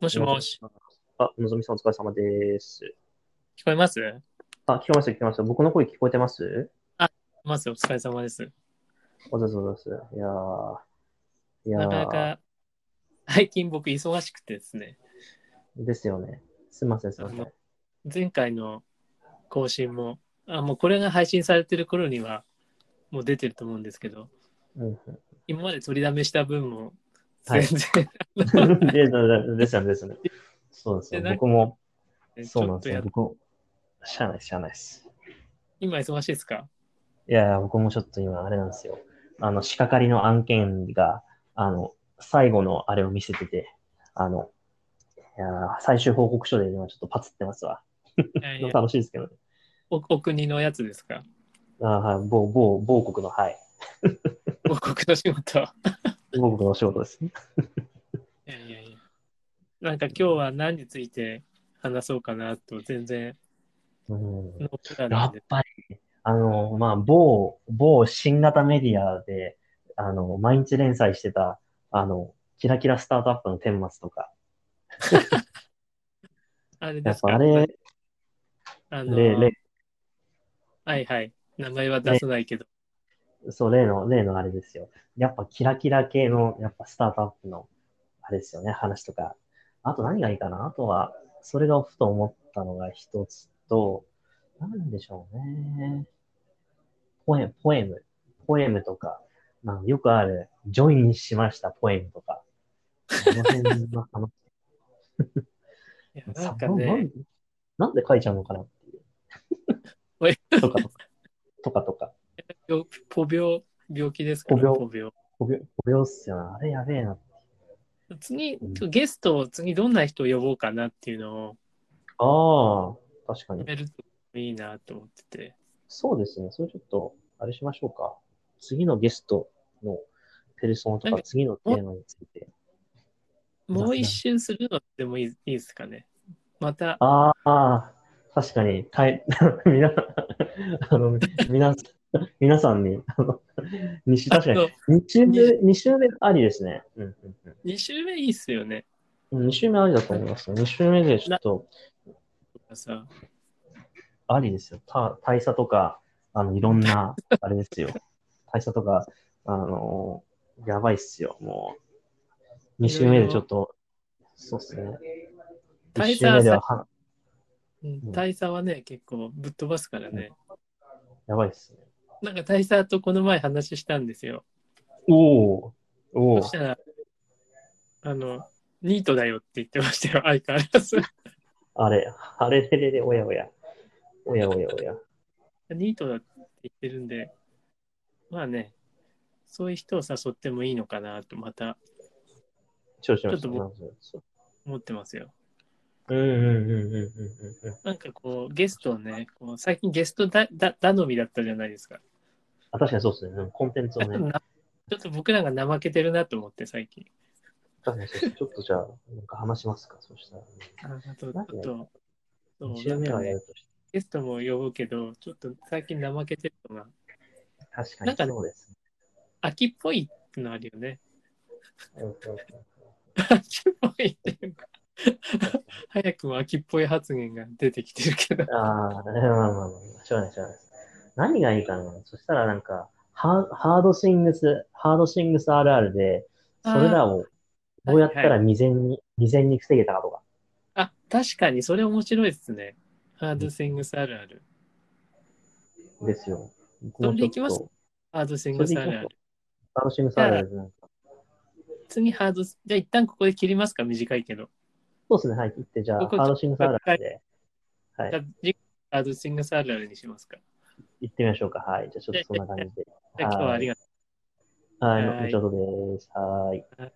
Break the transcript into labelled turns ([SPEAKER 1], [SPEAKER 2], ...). [SPEAKER 1] もしもし、
[SPEAKER 2] あ、のぞみさんお疲れ様です。
[SPEAKER 1] 聞こえます
[SPEAKER 2] あ、聞こえました、聞こえました。僕の声聞こえてます
[SPEAKER 1] まずお疲れ様です。
[SPEAKER 2] おざざざす。いやー。いやー
[SPEAKER 1] なかなか、最近僕忙しくてですね、
[SPEAKER 2] ですよね。すいません、すいません。
[SPEAKER 1] あ前回の更新も、あ、もうこれが配信されてる頃には、もう出てると思うんですけど、
[SPEAKER 2] うん
[SPEAKER 1] 今まで取りだめした分も、
[SPEAKER 2] はい
[SPEAKER 1] 全然、
[SPEAKER 2] うん ででですよね、ですよね。そうなんですよ
[SPEAKER 1] で。なんか
[SPEAKER 2] 僕も、
[SPEAKER 1] ち
[SPEAKER 2] そうな
[SPEAKER 1] ょ
[SPEAKER 2] ん
[SPEAKER 1] っ
[SPEAKER 2] です
[SPEAKER 1] とや
[SPEAKER 2] よ。
[SPEAKER 1] っ
[SPEAKER 2] 僕も、しゃあないです、しゃあないです。
[SPEAKER 1] 今忙しいですか
[SPEAKER 2] いやー、僕もちょっと今、あれなんですよ。あの、仕掛かりの案件が、あの、最後のあれを見せてて、あの、いやー最終報告書で今ちょっとパツってますわ。
[SPEAKER 1] いやいや
[SPEAKER 2] 楽しいですけどね。
[SPEAKER 1] おお国のやつですか
[SPEAKER 2] あーはい、某、某、某国の、はい。
[SPEAKER 1] 王国の仕事。
[SPEAKER 2] 某国のお仕事です。
[SPEAKER 1] いやいやいや。なんか今日は何について話そうかなと、全然、
[SPEAKER 2] うん
[SPEAKER 1] ノープラン
[SPEAKER 2] や
[SPEAKER 1] なん
[SPEAKER 2] っ
[SPEAKER 1] で。
[SPEAKER 2] ぱり、あの、まあ、某、某新型メディアで、あの、毎日連載してた、あの、キラキラスタートアップの顛末とか、
[SPEAKER 1] あれ
[SPEAKER 2] や
[SPEAKER 1] で
[SPEAKER 2] っ
[SPEAKER 1] すか
[SPEAKER 2] ぱあれ、
[SPEAKER 1] あの
[SPEAKER 2] 例、例、
[SPEAKER 1] はいはい。名前は出さないけど。
[SPEAKER 2] そう、例の、例のあれですよ。やっぱキラキラ系の、やっぱスタートアップの、あれですよね、話とか。あと何がいいかなあとは、それがふと思ったのが一つと、なんでしょうね。ポエム、ポエム、ポエムとか、まあ、よくある、ジョインしました、ポエムとか。この辺の話
[SPEAKER 1] いや
[SPEAKER 2] さ
[SPEAKER 1] なんか
[SPEAKER 2] な
[SPEAKER 1] ね
[SPEAKER 2] ん、なんで書いちゃうのかなっていう
[SPEAKER 1] おい。
[SPEAKER 2] とかとか、とかとか。
[SPEAKER 1] よポ病、病気ですから、
[SPEAKER 2] ポ
[SPEAKER 1] ポ
[SPEAKER 2] 病
[SPEAKER 1] 病。
[SPEAKER 2] 5秒、5秒っすよな。あれやべえな。
[SPEAKER 1] 次
[SPEAKER 2] うん、
[SPEAKER 1] ゲストを次どんな人を呼ぼうかなっていうのを
[SPEAKER 2] ああ、確かに
[SPEAKER 1] 決。めるといいなと思ってて。
[SPEAKER 2] そうですね。それちょっと、あれしましょうか。次のゲストのペルソナと
[SPEAKER 1] なん
[SPEAKER 2] か
[SPEAKER 1] か
[SPEAKER 2] 次のテーマについて。
[SPEAKER 1] もう一周するのでもいいいいですかね。また、
[SPEAKER 2] ああ、確かに、かい、 皆さん、あの、皆さん、皆さんに、あの、2週、確かに、
[SPEAKER 1] あ
[SPEAKER 2] 2週目、二週目ありですね。うんうんうん
[SPEAKER 1] 2周目いいっすよね。
[SPEAKER 2] うん。2週目ありだと思います。2週目でちょっと、
[SPEAKER 1] さ
[SPEAKER 2] ありですよ。た大佐とか、あの、いろん な、あれですよ。大佐とか、あのーやばいっすよ。もう、2週目でちょっと、そうっすね。
[SPEAKER 1] 大
[SPEAKER 2] 1
[SPEAKER 1] 佐
[SPEAKER 2] 週目ではは、
[SPEAKER 1] うん大佐はね、結構ぶっ飛ばすからね。
[SPEAKER 2] やばいっすね。
[SPEAKER 1] なんか大佐とこの前話したんですよ。
[SPEAKER 2] おおお
[SPEAKER 1] そ
[SPEAKER 2] お
[SPEAKER 1] したら、あの、ニートだよって言ってましたよ、相変わらず。
[SPEAKER 2] あれ、あれれれれ、おやおや。おやおやおや。
[SPEAKER 1] ニートだって言ってるんで、まあね、そういう人を誘ってもいいのかなとまた
[SPEAKER 2] ちょっとしまし
[SPEAKER 1] ち
[SPEAKER 2] た。
[SPEAKER 1] ょっと
[SPEAKER 2] そう
[SPEAKER 1] 思ってますよ。
[SPEAKER 2] うんうんうんうんうんうんうん。
[SPEAKER 1] なんかこう、ゲストをね、こう最近ゲストだだ頼みだったじゃないですか。
[SPEAKER 2] あ、確かにそうっすね。うんコンテンツを
[SPEAKER 1] ちょっと
[SPEAKER 2] ね。
[SPEAKER 1] なちょっと僕らが怠けてるなと思って、最近。
[SPEAKER 2] 確かにそうっすちょっとじゃあ、なんか話しますか、そしたら。
[SPEAKER 1] ああと、
[SPEAKER 2] な
[SPEAKER 1] あ
[SPEAKER 2] んかね
[SPEAKER 1] と、
[SPEAKER 2] 2
[SPEAKER 1] そう
[SPEAKER 2] 週
[SPEAKER 1] なん
[SPEAKER 2] 目
[SPEAKER 1] か
[SPEAKER 2] はやる
[SPEAKER 1] ね、
[SPEAKER 2] として、
[SPEAKER 1] ゲストも呼ぶけど、ちょっと最近怠けてるのが、
[SPEAKER 2] 確か
[SPEAKER 1] な
[SPEAKER 2] に
[SPEAKER 1] んかね
[SPEAKER 2] そうですね。
[SPEAKER 1] 秋っぽいってのあるよね。
[SPEAKER 2] うんうんうん
[SPEAKER 1] 秋っぽいってい うか、早くも秋っぽい発言が出てきてるけど。
[SPEAKER 2] ああ、まあまあまあまあ、しょうがない、しょうがないです。何がいいかなそしたらなんか、ハハードシングス、ハードシングスあるあるで、それらをどうやった
[SPEAKER 1] はい
[SPEAKER 2] ら未然に、未然に防げたかとか。
[SPEAKER 1] あ、確かにそれ面白いですね。ハードスイングスあるある。
[SPEAKER 2] ですよ。僕
[SPEAKER 1] そ
[SPEAKER 2] もち
[SPEAKER 1] れで
[SPEAKER 2] ょっ
[SPEAKER 1] いきます
[SPEAKER 2] と、
[SPEAKER 1] ハードスイングスあるある。
[SPEAKER 2] ハードシングスあるあるでなんか、
[SPEAKER 1] 次ハードス、じゃあ一旦ここで切りますか、短いけど。
[SPEAKER 2] そうですね、はい、行って、じゃあ、
[SPEAKER 1] 僕
[SPEAKER 2] ハードシングスあるあるで、は
[SPEAKER 1] じゃあ
[SPEAKER 2] い、
[SPEAKER 1] 次ハードスイングスあるあるにしますか。
[SPEAKER 2] 行ってみましょうか。はい、じゃあちょっとそんな感じで。
[SPEAKER 1] じゃあ今日はありがとう。
[SPEAKER 2] はい、
[SPEAKER 1] はい
[SPEAKER 2] 後ほどです。はい。